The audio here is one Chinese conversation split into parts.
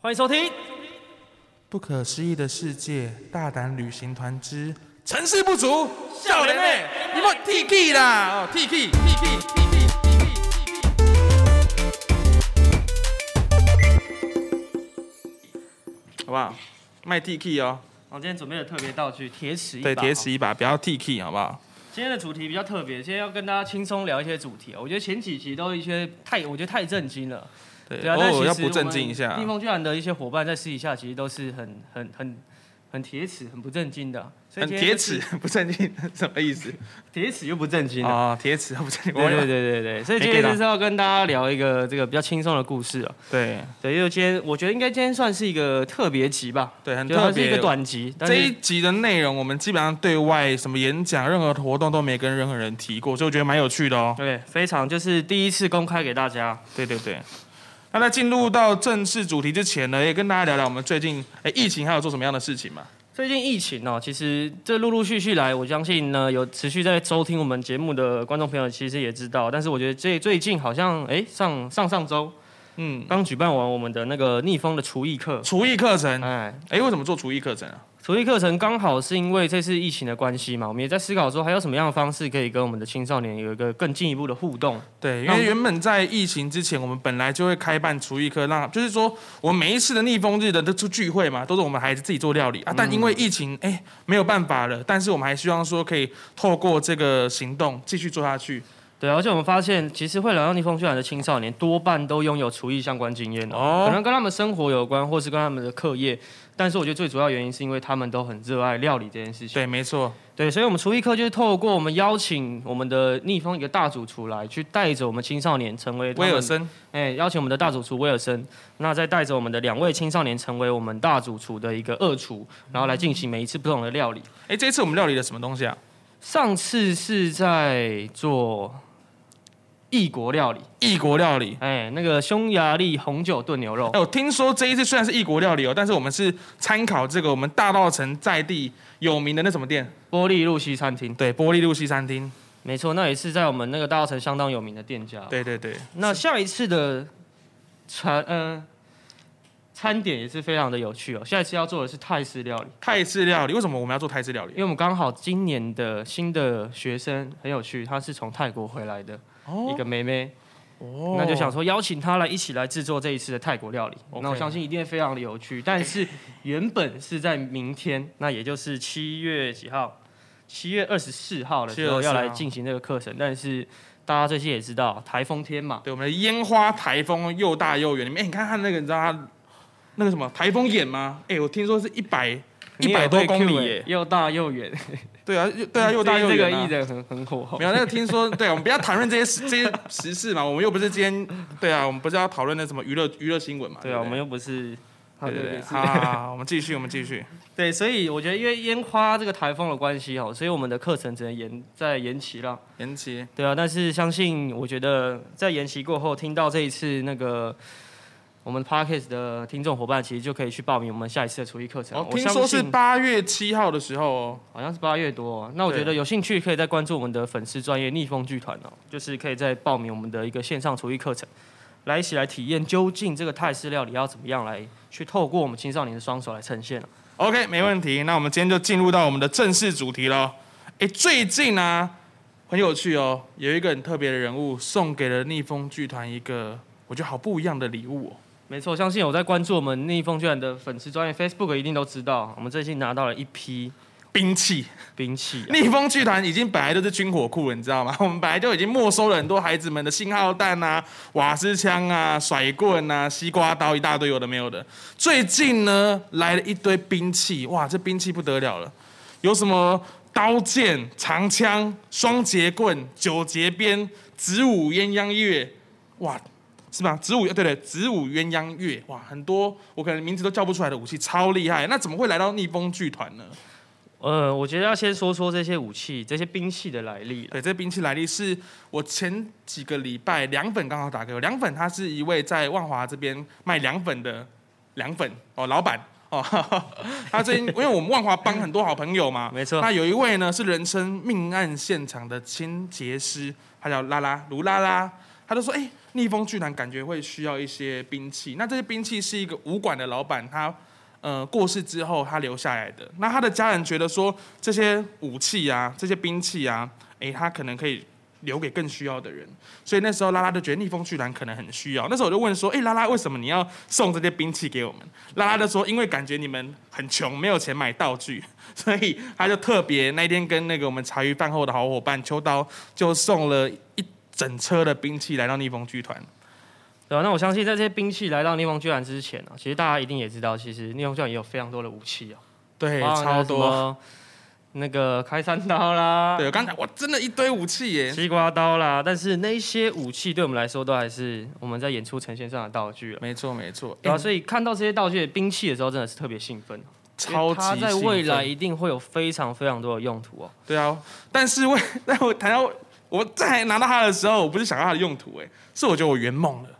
欢迎收听。不可思议的世界大胆旅行团之成事不足，少年妹你莫 T K 啦，哦 T K T K T K。好不好？卖 T K 哦，我今天准备了特别道具铁尺一把。哦对，铁尺。一把，不要 T K 好不好？今天的主题比较特别，今天要跟大家轻松聊一些主题。我觉得前几期都一些太，我觉得太震惊了。对，对啊，偶但其尔实要不正经一我下们逆。风巨人的一些伙伴在私底下其实都是很很很很铁齿、很不正经的。所以很今天铁就是齿， 不正经什么意 思？铁齿又不正经啊。哦，铁齿不正经。对对对对对，所以今天就是要跟大家聊一个这个比较轻松的故事啊。对对，因为今天我觉得应该今天算是一个特别集吧，对，很就它特是一别。个短集，但这是一集的内容，我们基本上对外什么演讲、任何活动都没跟任何人提过，所以我觉得蛮有趣的哦。对，非常就是第一次公开给大家。对对对。那在进入到正式主题之前呢，也跟大家聊聊我们最近哎疫情还有做什么样的事情嘛？最近疫情哦，其实这陆陆续续来，我相信呢有持续在收听我们节目的观众朋友其实也知道，但是我觉得最最近好像哎上上上周嗯，刚举办完我们的那个逆风的厨艺课，厨艺课程，哎，哎，为什么做厨艺课程啊？厨艺课程刚好是因为这次疫情的关系嘛，我们也在思考说还有什么样的方式可以跟我们的青少年有一个更进一步的互动。对，因那我为们原本在疫情之前，我们本来就会开办厨艺课，让就是说我们每一次的逆风日的这聚会嘛，都是我们孩子自己做料理啊。但因为疫情，哎，没有办法了，但是我们还希望说可以透过这个行动继续做下去。对，而且我们发现，其实会来到逆风巨人的青少年，多半都拥有厨艺相关经验的，哦可能跟他们生活有关，或是跟他们的课业。但是我觉得最主要原因是因为他们都很热爱料理这件事情。对，没错。对，所以我们厨艺课就是透过我们邀请我们的逆风一个大主厨来，去带着我们青少年成为他们威尔，森，哎，邀请我们的大主厨威尔森，那再带着我们的两位青少年成为我们大主厨的一个二厨，然后来进行每一次不同的料理。哎，这一次我们料理了什么东西啊？上次是在做异国料理。异国料理。哎，那个匈牙利红酒炖牛肉哎，，我听说这一次虽然是异国料理哦，但是我们是参考这个我们大稻城在地有名的那什么店？玻璃路西餐厅，对，玻璃路西餐厅。没错，那也是在我们那个大稻城相当有名的店家。，对对对，那下一次的餐，嗯、餐点也是非常的有趣哦。下一次要做的是泰式料理，泰式料理。为什么我们要做泰式料因理？为我们刚好今年的新的学生很有趣，她是从泰国回来的一哦，个妹妹，哦那就想说邀请她来一起来制作这一次的泰国料理。 OK 那我相信一定会非常的有趣。但是原本是在明天，那也就是七月几号，七月二十四号的时候7月24要来进行这个课程，但是大家最近也知道台风天嘛，对我们的烟花台风又大又远。你们哎，你看它那个，你知道它那个什么台风眼吗？哎，我听说是一百一百多公里耶。又大又远，对啊，又 对啊，又大又最近欸远这个艺啊。人很很火候没。有，那个听说，对，我们不要谈论这些时这些时事嘛，我们又不是今天，对啊，我们不是要讨论那什么娱乐娱乐新闻嘛？对不啊，我们又不是。啊对对对，是好好，好我们继续，我们继续。对，所以我觉得因为烟花这个台风的关系哦，所以我们的课程只能延再延期了。延期，对啊，但是相信我觉得在研习过后，听到这一次那个我们 Parkes 的听众伙伴，其实就可以去报名我们下一次的厨艺课程。哦，我听相说信是八月七号的时候哦。好像是八月多、那我觉得有兴趣可以再关注我们的粉丝专业逆风剧团哦，就是可以再报名我们的一个线上厨艺课程，来一起来体验究竟这个泰式料理要怎么样来去透过我们青少年的双手来呈现、哦 OK，没问题。那我们今天就进入到我们的正式主题喽。哎，最近啊，很有趣哦，有一个很特别的人物送给了逆风剧团一个我觉得好不一样的礼物哦。没错，相信有在关注我们逆风剧团的粉丝专业 Facebook 一定都知道，我们最近拿到了一批兵器，兵器、啊。逆风剧团已经本来就是军火库了，你知道吗？ 我们本来就已经没收了很多孩子们的信号弹啊、瓦斯枪啊、甩棍啊、西瓜刀一大堆，有的没有的。最近呢，来了一堆兵器，哇，这兵器不得了了，有什么刀剑、长枪、双节棍、九节鞭、子午鸳鸯钺，哇，是吧？子午对对，子午鸳鸯钺，哇，很多我可能名字都叫不出来的武器，超厉害。那怎么会来到逆风剧团呢？呃，我觉得要先说说这些武器、这些兵器的来历了。对，这兵器来历是我前几个礼拜凉粉刚好打给我，凉粉他是一位在万华这边卖凉粉的凉粉哦，老板哦， 他最近因为我们万华帮很多好朋友嘛，没错那有一位呢是人称命案现场的清洁师，他叫拉拉卢拉拉，他就说，哎、逆风剧团感觉会需要一些兵器。那这些兵器是一个武馆的老板他呃过世之后他留下来的。那他的家人觉得说这些武器啊，这些兵器啊，诶、他可能可以留给更需要的人。所以那时候拉拉就觉得逆风巨人可能很需要。那时候我就问说：“哎、拉拉，为什么你要送这些兵器给我们？”拉拉就说：“因为感觉你们很穷，没有钱买道具， 所以他就特别那天跟那个我们茶余饭后的好伙伴秋刀就送了一整车的兵器来到逆风剧团。对啊，那我相信在这些兵器来到逆风巨人之前啊，其实大家一定也知道，其实逆风巨人也有非常多的武器啊，对，包含超了什多。么那个开山刀啦，对，我刚才我真的一堆武器耶。西瓜刀啦，但是那些武器对我们来说都还是我们在演出呈现上的道具了。没错，没错，对啊，诶所以看到这些道具兵器的时候，真的是特别兴奋，啊超因为它级在兴未奋来一定会有非常非常多的用途哦。对啊，但是为 但我谈到我再拿到它的时候，我不是想要它的用途、哎，是我觉得我圆梦了。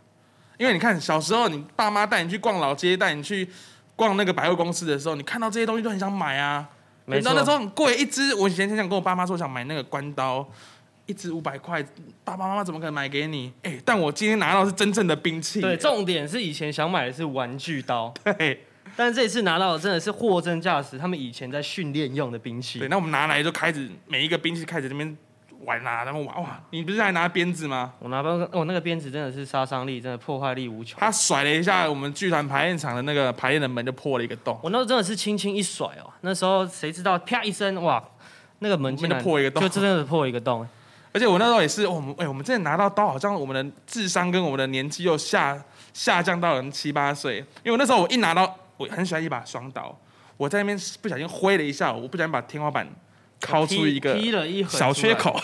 因为你看，小时候你爸妈带你去逛老街，带你去逛那个百货公司的时候，你看到这些东西就很想买啊。没你知道错，那时候很贵，一支我以前很想跟我爸妈说想买那个关刀，一支五百块，爸爸妈妈怎么可能买给你？哎、但我今天拿到的是真正的兵器。对，重点是以前想买的是玩具刀， 对但是这次拿到的真的是货真价实，他们以前在训练用的兵器对，。那我们拿来就开始每一个兵器开始这边玩啊，然后玩哇，你不是还拿鞭子吗？我拿包，我那个鞭子真的是杀伤力，真的破坏力无穷。他甩了一下我们剧团排练场的那个排练的门，就破了一个洞，我那时候真的是轻轻一甩哦，那时候谁知道啪一声哇，那个门门竟就然破一个洞就。真的破一个洞。而且我那时候也是，哦我们哎、我们真的拿到刀，好像我们的智商跟我们的年纪又下下降到了七八岁。因为我那时候我一拿到，我很喜欢一把双刀，我在那边不小心挥了一下，我不小心把天花板 敲出一个劈劈了一痕出来小缺，口。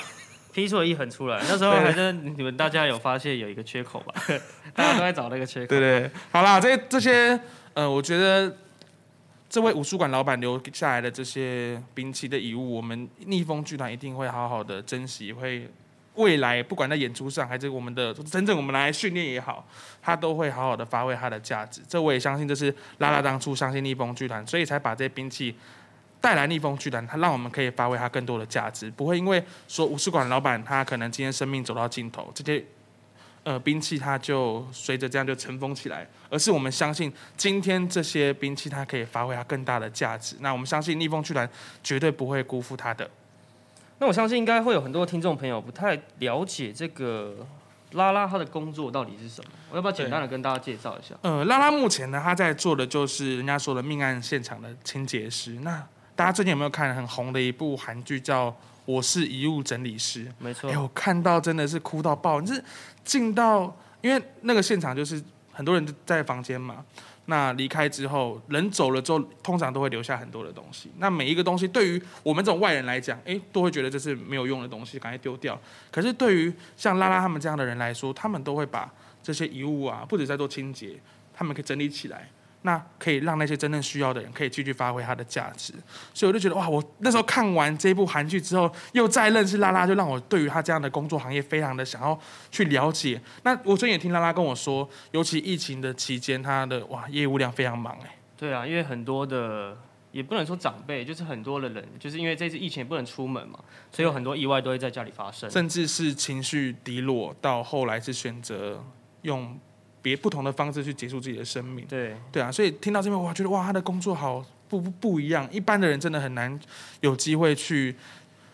劈出了一痕出来。那时候还在你们大家有发现有一个缺口 吧？大家都在找那个缺口对。对，对好啦，这这些呃，我觉得这位武术馆老板留下来的这些兵器的遗物，我们逆风剧团一定会好好的珍惜，会未来不管在演出上，还是我们的真正我们来训练也好，他都会好好的发挥它的价值。这我也相信，这是拉拉当初相信逆风剧团，所以才把这些兵器。带来逆风剧团，它让我们可以发挥它更多的价值，不会因为说武术馆老板他可能今天生命走到尽头，这些呃兵器它就随着这样就尘封起来，而是我们相信今天这些兵器它可以发挥它更大的价值。那我们相信逆风巨人绝对不会辜负它的。那我相信应该会有很多听众朋友不太了解这个拉拉他的工作到底是什么，我要不要简单的跟大家介绍一下？呃，拉拉目前呢，他在做的就是人家说的命案现场的清洁师。那大家最近有没有看很红的一部韩剧叫《我是遗物整理师》？没错哎、，我看到真的是哭到爆，你是进到，因为那个现场就是很多人就在房间嘛，那离开之后，人走了之后，通常都会留下很多的东西。那每一个东西对于我们这种外人来讲，哎、都会觉得这是没有用的东西，赶快丢掉。可是对于像拉拉他们这样的人来说，他们都会把这些遗物啊，不止在做清洁，他们可以整理起来。那可以让那些真正需要的人可以继续发挥它的价值，所以我就觉得哇，我那时候看完这部韩剧之后，又再认识拉拉，就让我对于他这样的工作行业非常的想要去了解。那我最近也听拉拉跟我说，尤其疫情的期间，他的哇业务量非常忙哎、对啊，因为很多的也不能说长辈，就是很多的人，就是因为这次疫情也不能出门嘛，所以有很多意外都会在家里发生。甚至是情绪低落，到后来是选择用别不同的方式去结束自己的生命。对，对啊，所以听到这边，我觉得哇，他的工作好不不不一样，一般的人真的很难有机会去，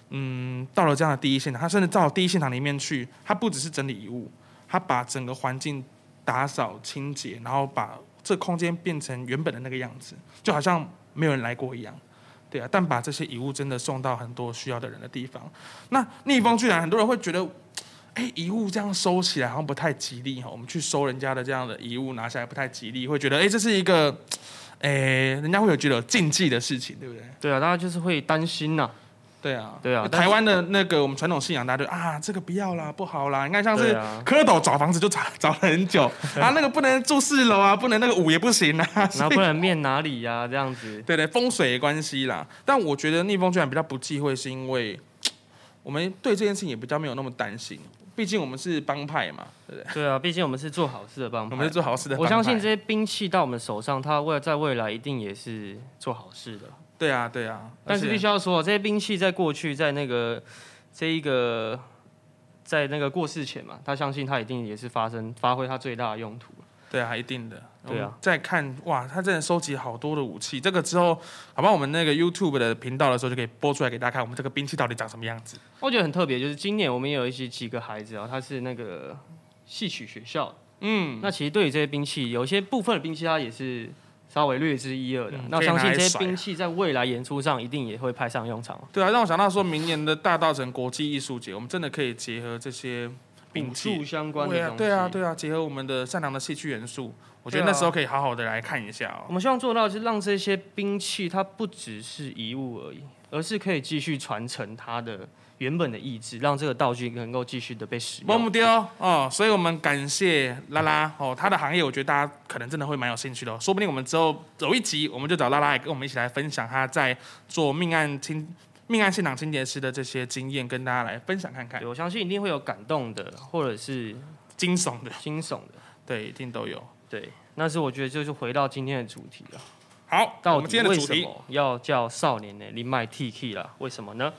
嗯，到了这样的第一现场，他甚至到了第一现场里面去，他不只是整理遗物，他把整个环境打扫清洁，然后把这空间变成原本的那个样子，就好像没有人来过一样。对啊，但把这些遗物真的送到很多需要的人的地方。那逆风居然很多人会觉得，哎，遗物这样收起来好像不太吉利哈。我们去收人家的这样的遗物拿下来不太吉利，会觉得哎，这是一个，哎，人家会有觉得有禁忌的事情，对不对？对啊，大家就是会担心呐、 对啊，对啊但是台湾的那个我们传统信仰，大家就啊，这个不要啦，不好啦。你看像对是啊蝌蚪找房子 就找找了很久啊，那个不能住四楼啊，不能那个五也不行啊，然后不能面哪里呀、这样子。 对对，风水的关系啦。但我觉得逆风居然比较不忌讳，是因为我们对这件事情也比较没有那么担心，毕竟我们是帮派嘛，对不对？对啊，毕竟我们是做好事的帮我派们是。做好事的帮我派。相信这些兵器到我们手上，它未在未来一定也是做好事的。对啊，对哦啊，但是必须要说，这些兵器在过去在那个这一个在那个过世前嘛，他相信他一定也是发生发挥他最大的用途。对啊，一定的。对啊，再看哇，他真的收集好多的武器。这个之后，好吧，我们那个 YouTube 的频道的时候就可以播出来给大家看，我们这个兵器到底长什么样子。我觉得很特别，就是今年我们也有一些几个孩子啊，他是那个戏曲学校，嗯，那其实对于这些兵器，有一些部分的兵器它也是稍微略知一二的。嗯那我可以拿相信来这些甩啊兵器在未来演出上一定也会派上用场。哦对啊，让我想到说明年的大道城国际艺术节，我们真的可以结合这些兵武器术。相关的对东啊西，，对啊，对啊，结合我们的善良的戏剧元素，我觉得对啊那时候可以好好的来看一下哦我。们希望做到就是让这些兵器它不只是遗物而已，而是可以继续传承它的原本的意志，让这个道具能够继续的被使摸用木。雕哦，所以我们感谢拉拉哦，他的行业我觉得大家可能真的会蛮有兴趣的、哦，说不定我们之后有一集我们就找拉拉来跟我们一起来分享他在做命案清命案现场清洁师的这些经验，跟大家来分享看看对，，我相信一定会有感动的，或者是惊悚的，惊悚的。对，一定都有。对，但是我觉得就是回到今天的主题了。好，我到们底今天的为主什题，么要叫少年呢？林麦 T K 啦，为什么呢？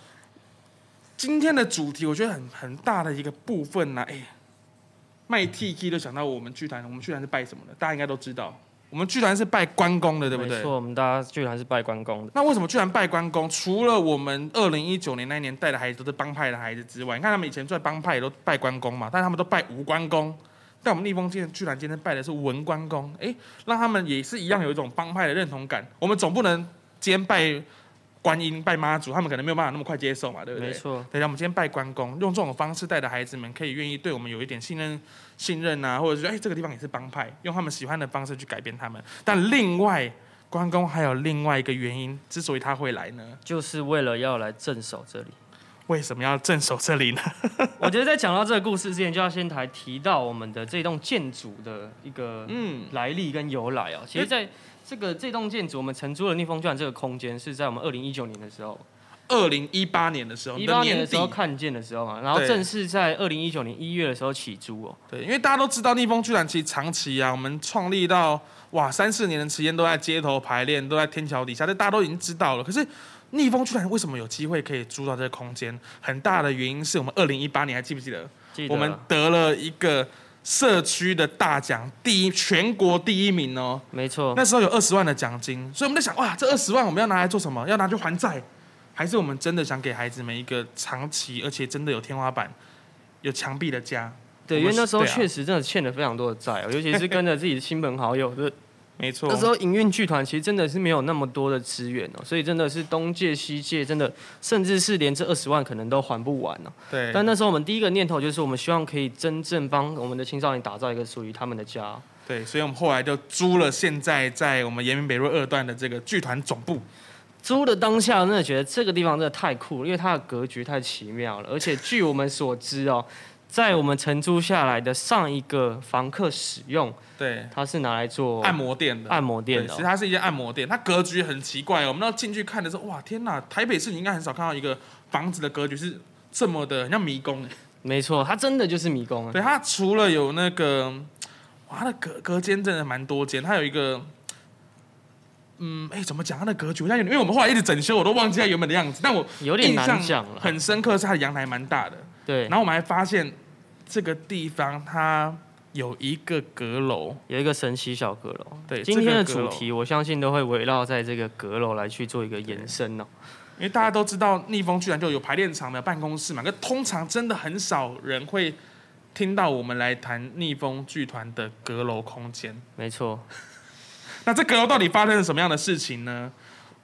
今天的主题我觉得很很大的一个部分呢、哎，卖 T K 都想到我们剧团，我们剧团是拜什么的？大家应该都知道，我们剧团是拜关公的，对不对没？错，我们大家居然是拜关公的。那为什么居然拜关公？除了我们二零一九年那一年带的孩子都是帮派的孩子之外，你看他们以前在帮派也都拜关公嘛，但他们都拜吴关公。但我们逆风剑居然今天拜的是文关公，哎、让他们也是一样有一种帮派的认同感。我们总不能今天拜观音、拜妈祖，他们可能没有办法那么快接受嘛，对不对？没错，对，让我们今天拜关公，用这种方式带着孩子们，可以愿意对我们有一点信任、信任啊，或者是哎、这个地方也是帮派，用他们喜欢的方式去改变他们。但另外，关公还有另外一个原因，之所以他会来呢？就是为了要来镇守这里。为什么要镇守这里呢？我觉得在讲到这个故事之前，就要先来提到我们的这栋建筑的一个嗯，来历跟由来哦。其实，在这个这栋建筑，我们承租了逆风卷这个空间，是在我们二零一九年的时候，二零一八年的时候，一八年年的底时候看见的时候嘛，然后对正式在二零一九年一月的时候起租哦。对，因为大家都知道逆风剧团其实长期啊，我们创立到哇三四年的时间都在街头排练，都在天桥底下，这大家都已经知道了。可是逆风剧团为什么有机会可以租到这个空间？很大的原因是我们二零一八年还记不记得，记得我们得了一个社区的大奖，第一全国第一名哦。没错，那时候有二十万的奖金，所以我们在想，哇，这二十万我们要拿来做什么？要拿去还债，还是我们真的想给孩子们一个长期而且真的有天花板、有墙壁的家？对，我因们为那时候对啊确实真的欠了非常多的债、哦，尤其是跟着自己的亲朋好 友，就是哦没错，那时候营运剧团其实真的是没有那么多的资源哦，所以真的是东借西借，真的甚至是连这二十万可能都还不完哦。对，但那时候我们第一个念头就是，我们希望可以真正帮我们的青少年打造一个属于他们的家。对，所以我们后来就租了现在在我们延平北路二段的这个剧团总部。租的当下，真的觉得这个地方真的太酷了，因为它的格局太奇妙了。而且据我们所知哦，在我们承租下来的上一个房客使用，对，它是拿来做按摩店的。按摩店对，的其哦、实它是一间按摩店，它格局很奇怪、哦。我们要进去看的时候，哇，天哪！台北市你应该很少看到一个房子的格局是这么的，很像迷嗯宫。没错，它真的就是迷宫啊。对，它除了有那个，哇，它的隔隔间真的蛮多间，它有一个，嗯，哎，怎么讲它的格局？它有，因为我们后来一直整修，我都忘记它原本的样子，但我有点印难象讲了。很深刻是它的阳台蛮大的，对然，后我们还发现这个地方它有一个阁楼，有一个神奇小阁楼。对今天的这个阁主楼题，我相信都会围绕在这个阁楼来去做一个延伸哦。因为大家都知道逆风居然就有排练场、有办公室嘛，可通常真的很少人会听到我们来谈逆风剧团的阁楼空间。没错，那这阁楼到底发生了什么样的事情呢？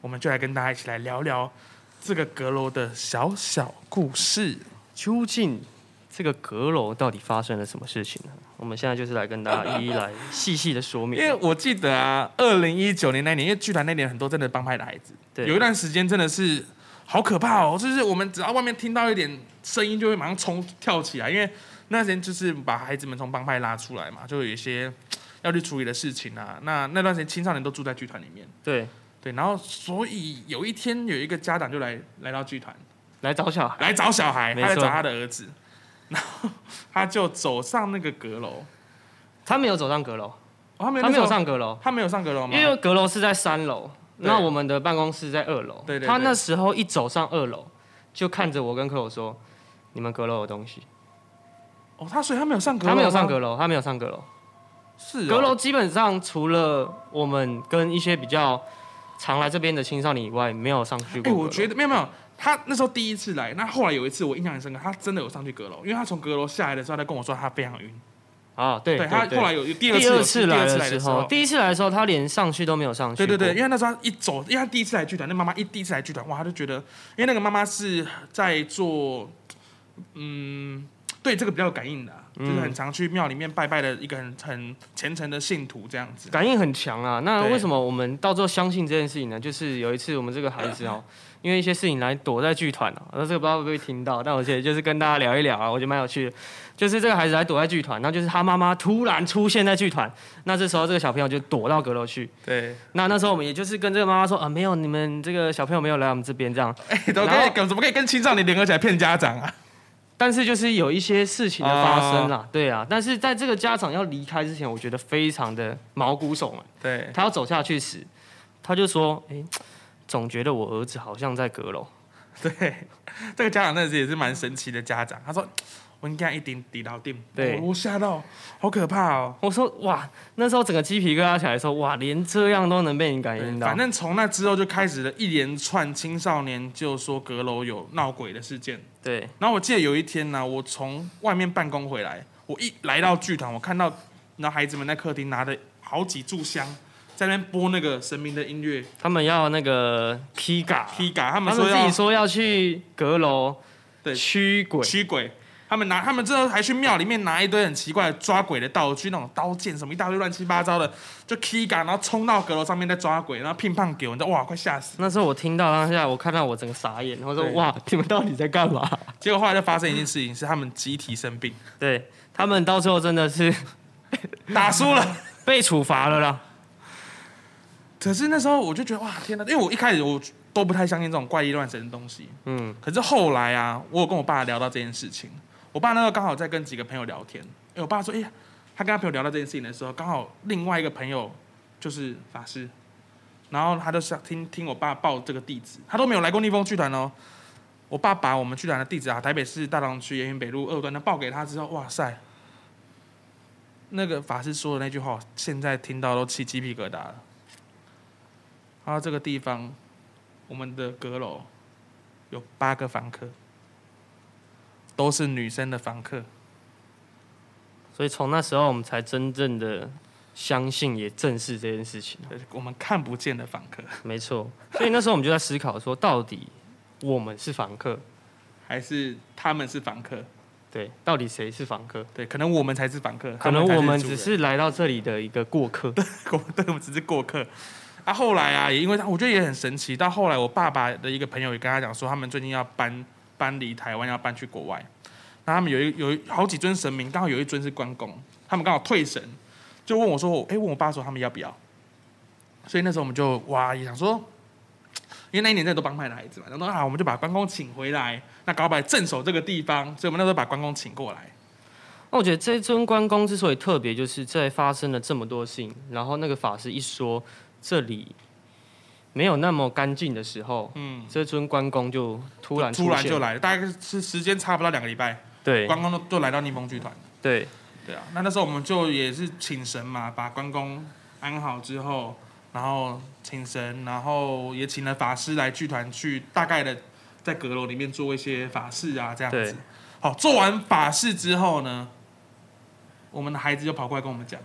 我们就来跟大家一起来聊聊这个阁楼的小小故事。究竟这个阁楼到底发生了什么事情呢？我们现在就是来跟大家一一来细细的说明因。为我记得啊，二零一九年那年，因为剧团那年很多真的帮派的孩子，对，有一段时间真的是好可怕哦，就是我们只要外面听到一点声音，就会马上冲跳起来，因为那时间就是把孩子们从帮派拉出来嘛，就有一些嘖要去处理的事情啊。那那段时间青少年都住在剧团里面，对对，然后所以有一天有一个家长就来来到剧团。来找小孩，来找小孩，没他来错找他的儿子，然后他就走上那个阁楼。哦，他没有走上阁楼，他没有，他没有，上阁楼，他没有上阁楼吗？因为阁楼是在三楼，对那我们的办公室在二楼。对对对他那时候一走上二楼，就看着我跟克友说：“你们阁楼有东西。”哦，他所以他没有上阁，他没有上，阁楼，他没有上阁楼。是阁哦楼基本上除了我们跟一些比较常来这边的青少年以外，没有上去过哎、阁楼。我觉得没有没有，他那时候第一次来，那后来有一次我印象很深刻，他真的有上去阁楼，因为他从阁楼下来的时候，他跟我说他非常晕。啊，对对他对后来有有第二次第有二去次第来二次的来的时候，第一次来的时候，他连上去都没有上去对过。对对，因为那时候他一走，因为他第一次来剧团，那妈妈一第一次来剧团，哇，他就觉得，因为那个妈妈是在做，嗯，对这个比较有感应的啊、就是嗯很常去庙里面拜拜的一个很很虔诚的信徒这样子。感应很强啊。那对为什么我们到最后相信这件事情呢？就是有一次我们这个孩子哦，因为一些事情来躲在剧团啊，那这个不知道会不会听到，但我觉得就是跟大家聊一聊啊，我觉得蛮有趣的。就是这个孩子来躲在剧团，那就是他妈妈突然出现在剧团，那这时候这个小朋友就躲到阁楼去。对，那那时候我们也就是跟这个妈妈说啊，没有，你们这个小朋友没有来我们这边这样。哎、怎么然可以后跟怎么可以跟青少年联合起来骗家长啊？但是就是有一些事情的发生啦，对啊。但是在这个家长要离开之前，我觉得非常的毛骨悚然。对，他要走下去时，他就说：“哎、总觉得我儿子好像在阁楼。 这个家长那时也是蛮神奇的家长，他说。我应该一顶抵到定，对我我吓到，好可怕哦。”我说：“哇，那时候整个鸡皮疙瘩起来，说哇，连这样都能被你感应到。”反正从那之后就开始了一连串青少年就说阁楼有闹鬼的事件。对，然后我记得有一天呢、我从外面办公回来，我一来到剧团，我看到那孩子们在客厅拿着好几炷香，在那边播那个神明的音乐他们要那个 Kiga， Tiga，他他们们说自要己说要去阁楼对驱鬼。驱鬼。他们拿，他们之后还去庙里面拿一堆很奇怪的抓鬼的道具，那种刀剑什么一大堆乱七八糟的，就 Kiga，然后冲到阁楼上面在抓鬼，然后乒乓给我，你知道哇，快吓死！那时候我听到当下，我看到我整个傻眼，我说对：“哇，你们到底在干嘛结果后来就发生一件事情，是他们集体生病，？” 对他们到最后真的是 打输了。被处罚了啦。可是那时候我就觉得哇天哪，因为我一开始我都不太相信这种怪力乱神的东西。嗯，可是后来啊，我有跟我爸聊到这件事情，我爸那时候刚好在跟几个朋友聊天，哎、我爸说，哎、呀，他跟他朋友聊到这件事情的时候，刚好另外一个朋友就是法师，然后他就想听听我爸报这个地址，他都没有来过逆风剧团哦。我爸把我们剧团的地址啊，台北市大同区延云北路二段，他报给他之后，哇塞，那个法师说的那句话，现在听到都起鸡皮疙瘩了。他说这个地方，我们的阁楼有八个房客，都是女生的房客。所以从那时候我们才真正的相信，也正视这件事情。啊对我们看不见的房客，没错，所以那时候我们就在思考说，到底我们是房客，还是他们是房客？对，到底谁是房客？对，可能我们才是房客，可能我们他只才是来到这里的一个过客。主人对，我们只是 过客。啊，后来啊，也因为他，我觉得也很神奇。到后来，我爸爸的一个朋友也跟他讲说，他们最近要搬搬离台湾，要搬去国外。那他们有一有一好几尊神明，刚好有一尊是关公，他们刚好退神，就问我说，哎、问我爸说他们要不要。所以那时候我们就哇也想说，因为那一年在都帮派的孩子嘛，然后啊我们就把关公请回来，那搞不好镇守这个地方，所以我们那时候把关公请过来。那我觉得这尊关公之所以特别，就是在发生了这么多事情，然后那个法师一说这里没有那么干净的时候，嗯，这尊关公就突然出突现然就来了，大概是时间差不到两个礼拜，对关公都都来到逆风剧团。对对啊，那那时候我们就也是请神嘛，把关公安好之后，然后请神，然后也请了法师来剧团去大概的在阁楼里面做一些法事啊，这样对子。好，做完法事之后呢，我们的孩子就跑过来跟我们讲，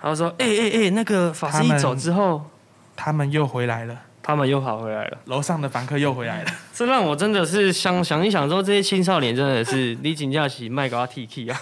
他说：“哎哎哎，那个法师他一们走之后，他们又回来了，他们又跑回来了。”楼上的房客又 回来了。这让我真的是想想一想说，这些青少年真的是 你请假期卖给他 T K 啊，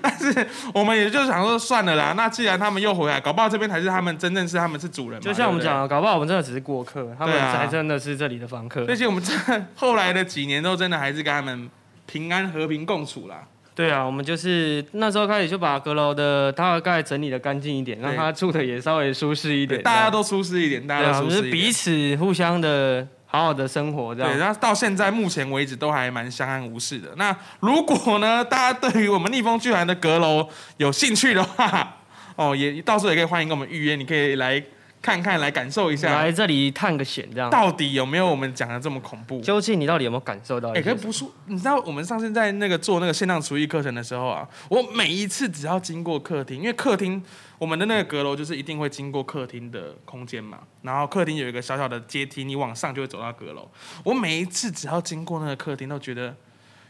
但是我们也就想说，算了啦，那既然他们又回来，搞不好这边才是他们真正是他们是主人嘛。就像我们对不对讲，的，搞不好我们真的只是过客，他们对啊才真的是这里的房客而。且我们这后来的几年都真的还是跟他们平安和平共处啦。对啊，我们就是那时候开始就把阁楼的大概整理的干净一点，对让他住的也稍微舒适一对，点，大家都都舒适一点，大对家啊，都我舒们适是一彼点。此啊互相的好好的生活这对，样。然后到现在目前为止都还蛮相安无事的。那如果呢， 大家对于我们逆风剧团 的阁楼有兴趣的话，哦，也到时候也可以欢迎跟我们预约，你可以来看看，来感受一下，来这里探个险，这样。到底有没有我们讲的这么恐怖？究竟你到底有没有感受到一哎、些什可么？是不是，你知道我们上次在那个做那个限量厨艺课程的时候啊，我每一次只要经过客厅，因为客厅我们的那个阁楼就是一定会经过客厅的空间嘛，然后客厅有一个小小的阶梯，你往上就会走到阁楼。我每一次只要经过那个客厅，都觉得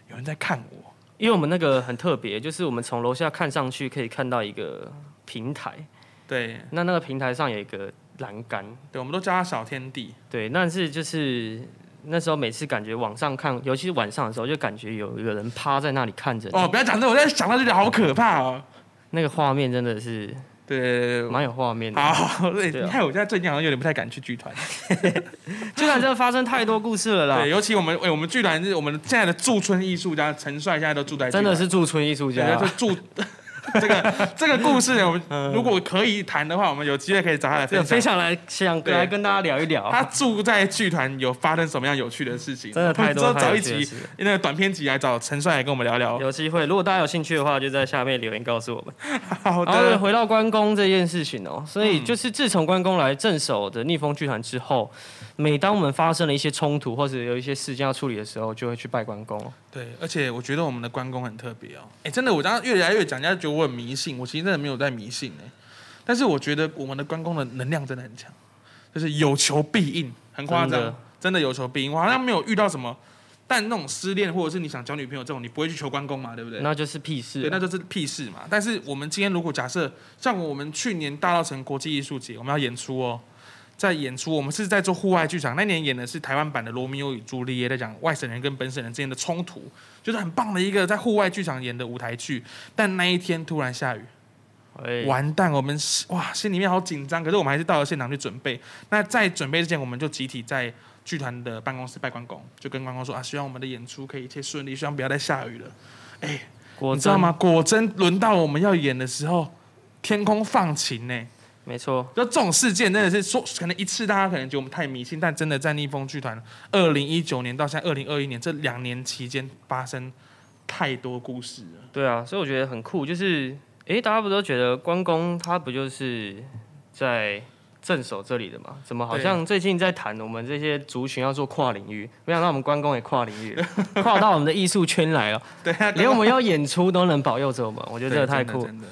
有人在看我。因为我们那个很特别，就是我们从楼下看上去可以看到一个平台，对，那那个平台上有一个栏杆，对，我们都叫它小天地。对，但是就是那时候每次感觉往上看，尤其是晚上的时候，就感觉有一个人趴在那里看着你，哦，不要讲这，我在想到就觉得好可怕哦。那个画面真的是对对对对蛮有画面的。好，对，对啊你看我现在最近好像有点不太敢去剧团。就感觉发生太多故事了对，啦，尤其我们、哎，我们剧团是我们现在的驻村艺术家陈帅，现在都住在剧真团的是驻村艺术对，家就。 住这个这个故事，我们如果可以谈的话，我们有机会可以找他来嗯这个分非享。常来想对来跟大家聊一聊，他住在剧团有发生什么样有趣的事情？真的太我多们之后太找有一趣的集事了。哦那个短片集来找陈帅来跟我们聊聊。有机会，如果大家有兴趣的话，就在下面留言告诉我们。好然后的，回到关公这件事情哦，所嗯以就是自从关公来镇守的逆风剧团之后，每当我们发生了一些冲突或者有一些事件要处理的时候，就会去拜关公。对，而且我觉得我们的关公很特别哦。哎，真的，我刚刚越来越讲，人家觉得我很迷信，我其实真的没有在迷信哎。但是我觉得我们的关公的能量真的很强，就是有求必应，很夸真张的，真的有求必应。我好像没有遇到什么，但那种失恋或者是你想交女朋友这种，你不会去求关公嘛，对不对？那就是屁事对，那啊。就是屁事嘛。但是我们今天如果假设，像我们去年大稻城国际艺术节，我们要演出哦，在演出，我们是在做户外剧场，那年演的是台湾版的《罗密欧与朱丽叶》，在讲外省人跟本省人之间的冲突，就是很棒的一个在户外剧场演的舞台剧。但那一天突然下雨，哎完蛋，我们是哇心里面好紧张，可是我们还是到了现场去准备。那在准备之前，我们就集体在剧团的办公室拜关公，就跟关公说啊，希望我们的演出可以一切顺利，希望不要再下雨了。果你知道真？吗？果真轮到我们要演的时候，天空放晴呢、没错，就这种事件真的是说，可能一次大家可能觉得我们太迷信，但真的在逆风剧团二零一九年到现在二零二一年这两年期间发生太多故事了。对啊，所以我觉得很酷，就是哎，大家不都觉得关公他不就是在镇守这里的嘛？怎么好像最近在谈我们这些族群要做跨领域？没想到我们关公也跨领 域了，跨到我们的艺术圈 来了，对啊，连我们要演出都能保佑着我们，我觉觉得这个太酷了。真的。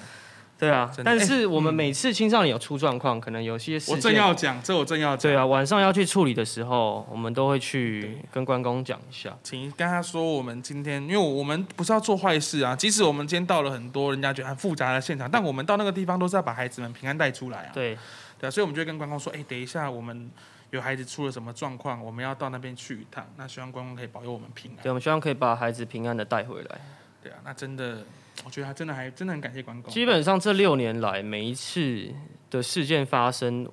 对啊真的，但是我们每次青少年有出状况，可能有些事我件正要讲，这我正要讲，对啊，晚上要去处理的时候，我们都会去跟关公讲一下。请跟他说，我们今天因为我们不是要做坏事啊，即使我们今天到了很多人家觉得很复杂的现场，但我们到那个地方都是要把孩子们平安带出来啊。对，对啊，所以我们就会跟关公说，哎、等一下我们有孩子出了什么状况，我们要到那边去一趟，那希望关公可以保佑我们平安对，。我们希望可以把孩子平安的带回来。对啊，那真的，我觉得他真的还真的很感谢关公。基本上这六年来，每一次的事件发生，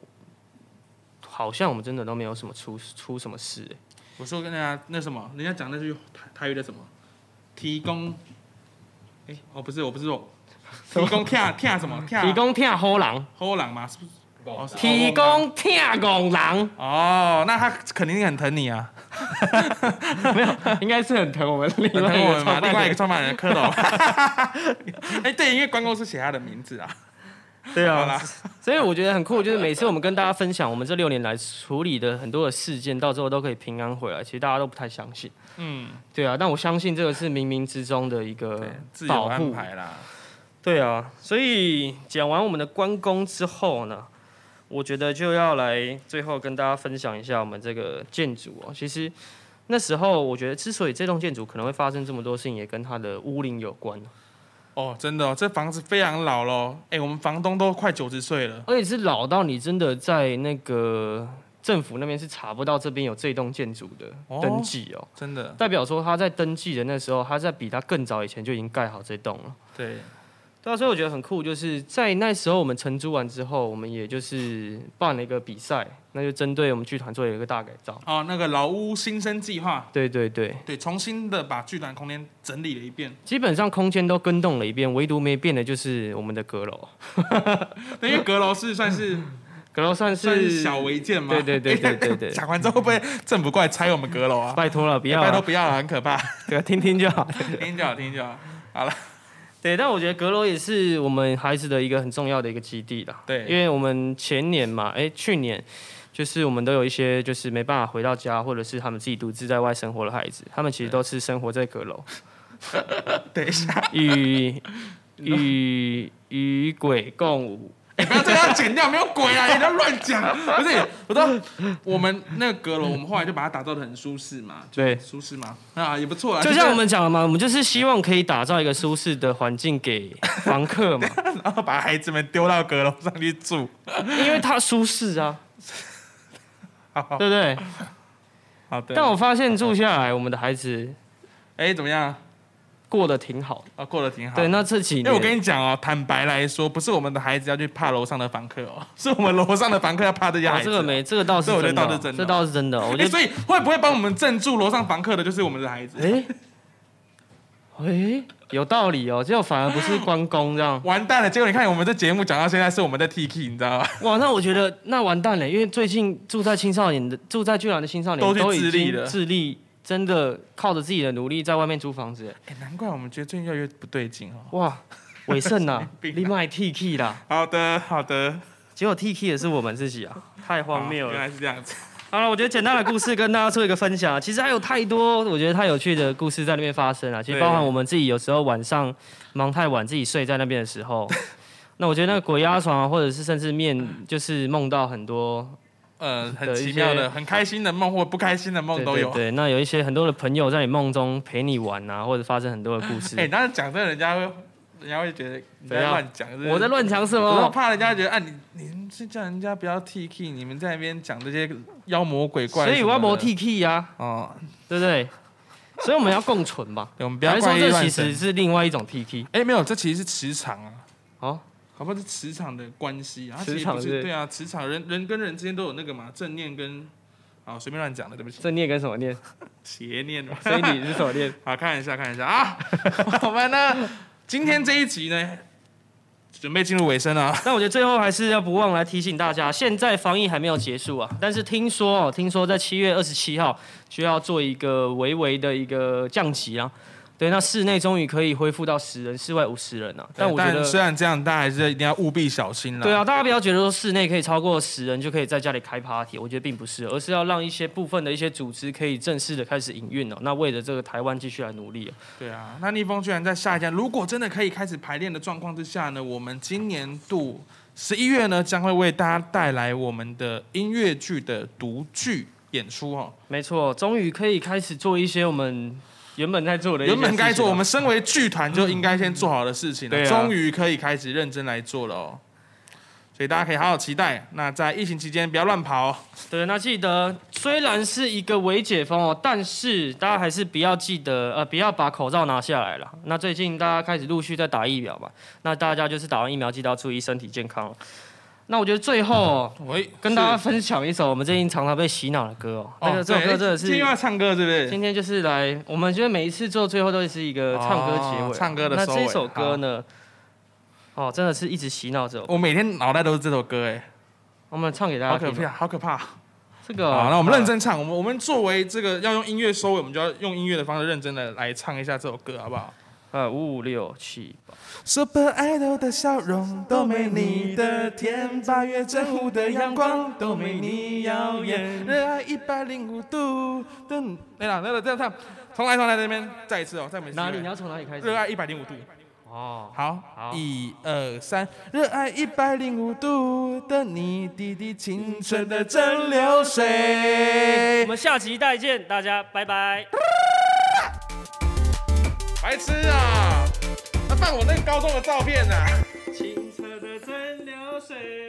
好像我们真的都没有什么出出什么事、欸我说跟人家那什么，人家讲那句台台语的什么，提供，哎、哦不是，我不是说，提供跳跳啊什么跳提供听虎狼，后狼吗？是不是？哦是提供听拱狼，哦，那他肯定很疼你啊，应该是很疼我们另很外疼一我个们嘛。创另办外一人个。创办人蝌蚪， 哎、对，因为关公是写他的名字啊。对好啦啊，所以我觉得很酷，就是每次我们跟大家分享我们这六年来处理的很多的事件，到最后都可以平安回来，其实大家都不太相信。嗯，对啊，但我相信这个是冥冥之中的一个对，自由保安护。排啦。对啊，所以讲完我们的关公之后呢，我觉得就要来最后跟大家分享一下我们这个建筑哦。其实那时候我觉得，之所以这栋建筑可能会发生这么多事情，也跟它的屋龄有关，哦，真的、哦，这房子非常老喽。哎，我们房东都快九十岁了。而且是老到你真的在那个政府那边是查不到这边有这栋建筑的哦登记哦，真的，代表说他在登记的那时候，他在比他更早以前就已经盖好这栋了。对，对啊，所以我觉得很酷，就是在那时候我们承租完之后，我们也就是办了一个比赛，那就针对我们剧团做了一个大改造。哦，那个老屋新生计划，对对对，对，重新的把剧团空间整理了一遍。基本上空间都跟动了一遍，唯独没变的就是我们的阁楼。对因为阁楼是 算是阁楼算算是是小违建嘛。哎对对对对对 对讲完之后会不会政府过来拆我们阁楼啊？拜托了，不不要啊拜托不要了，很可怕。对啊，听听就好。听就好，听就好。好了，对，但我觉得阁楼也是我们孩子的一个很重要的一个基地啦。对因为我们前年嘛，哎，去年就是我们都有一些就是没办法回到家，或者是他们自己独自在外生活的孩子，他们其实都是生活在阁楼，等一下， 与与与鬼共舞。 哎、不要这个要剪掉，没有鬼啊！你不要乱讲。 不是，我说我们那个阁楼，我们后来就把它打造的很舒适嘛，对，舒适嘛，啊，也不错啦。就像我们讲的嘛，我们就是希望可以打造一个舒适的环境给房客 嘛，就是，然后把孩子们丢到阁楼上去住。因为它舒适啊，好 好对不对？好的。但我发现住下来，我们的孩子哎、怎么样？过得挺好。啊，过得挺好。对，那这几因年，为我跟你讲哦，坦白来说，不是我们的孩子要去怕楼上的房客哦， 是我们楼上的房客要怕这些啊孩子。这个没，这个倒是这我觉真得的倒是哦，真的这倒是真的哦。我哎觉得，所以会不会帮我们镇住楼上房客的，就是我们的孩子？哎，哎，有道理哦，结果反而不是关公这样。完蛋了！结果你看，我们这节目讲到现在是我们在 T K，你知道吗？ 哇，那我觉得那完蛋了，因为最近住在青少年的住在巨兰的青少年都去都已自立经了自立，真的靠着自己的努力在外面租房子。哎、难怪我们觉得最近越来越不对劲哦。哇，伟盛呐，病啊你卖 T K 啦，好的，好的，结果 T K 也是我们自己 啊，太荒谬好了原。来是这样子。好了，我觉得简单的故事跟大家做一个分享啊。其实还有太多我觉得太有趣的故事在那边发生啊。其实对包含我们自己有时候晚上忙太晚，自己睡在那边的时 候，那我觉得那个鬼压床啊，或者是甚至面就是梦到很多呃，很的一奇妙些的，很开心的梦或不开心的梦都有。对对对，那有一些很多的朋友在你梦中陪你玩啊，或者发生很多的故事。 哎、当然讲真的，人家会，人家会觉得你在怎样乱讲。是不是我在乱讲什我都么？怕人家觉得，啊，你你是叫人家不要 T K，你们在那边讲这些妖魔鬼怪所什么的，以我要磨 T K 啊，哦，对不对？所以我们要共存吧。对我们不还要是怪说力这乱其神实。是另外一种 T K 哎，没有，这其实是磁场啊，哦，好不好？是磁场的关系啊，它磁其实场不是是对啊，磁场人人跟人之间都有那个嘛，正念跟啊随便乱讲的，对不起，这念跟什么念？邪念嘛。所以你是什么念？好，看一下，看一下啊， 我们呢今天这一集呢，准备进入尾声了啊，但我觉得最后还是要不忘来提醒大家，现在防疫还没有结束啊。但是听说哦，听说在七月二十七号就要做一个微微的一个降级啊。对，那室内终于可以恢复到十人，室外五十人啊。但我觉得，虽然这样，大家还是一定要务必小心了。对啊，大家不要觉得说室内可以超过十人就可以在家里开 party，我觉得并不是，而是要让一些部分的一些组织可以正式的开始营运哦。那为了这个台湾继续来努力、啊。对啊，那逆风居然在下一站，如果真的可以开始排练的状况之下呢，我们今年度十一月呢，将会为大家带来我们的音乐剧的独剧演出哦。没错，终于可以开始做一些我们原本在做的一些原本该事情做，了我们身为剧团就应该先做好的事情对了，啊终于可以开始认真来做了哦。所以大家可以好好期待。那在疫情期间不要乱跑哦，对，那记得虽然是一个微解封哦，但是大家还是不要记得呃，不要把口罩拿下来了。那最近大家开始陆续在打疫苗嘛，那大家就是打完疫苗记得要注意身体健康哦。那我觉得最后、哦、喂，跟大家分享一首我们最近常常被洗脑的歌哦，那个这首歌真的今天又是。要唱歌是不是？今天就是来，我们觉得每一次做最后都是一个唱歌结尾，哦唱歌的那收尾这首歌呢，哦，真的是一直洗脑着我，我每天脑袋都是这首歌，哎，我们唱给大好家可听吧。怕，好可怕。这个哦，好，那我们认真。真唱。我们我们作为这个要用音乐收尾，我们就要用音乐的方式认真的来唱一下这首歌，好不好呃，五五六七八。 ？Super Idol 的笑容都没你的甜，八月正午的阳光都没你耀眼，热爱一百零五度的你。对啦，那个这样唱，重来重来，这边再一次哦，再每次哪里？你要从哪里开始？热爱一百零五度。哦，好好，一二三，热爱一百零五度的你，滴滴青春的蒸馏水我。们下集再见，大家拜拜。白痴啊！他放我那个高中的照片呢、啊。清澈的蒸馏水。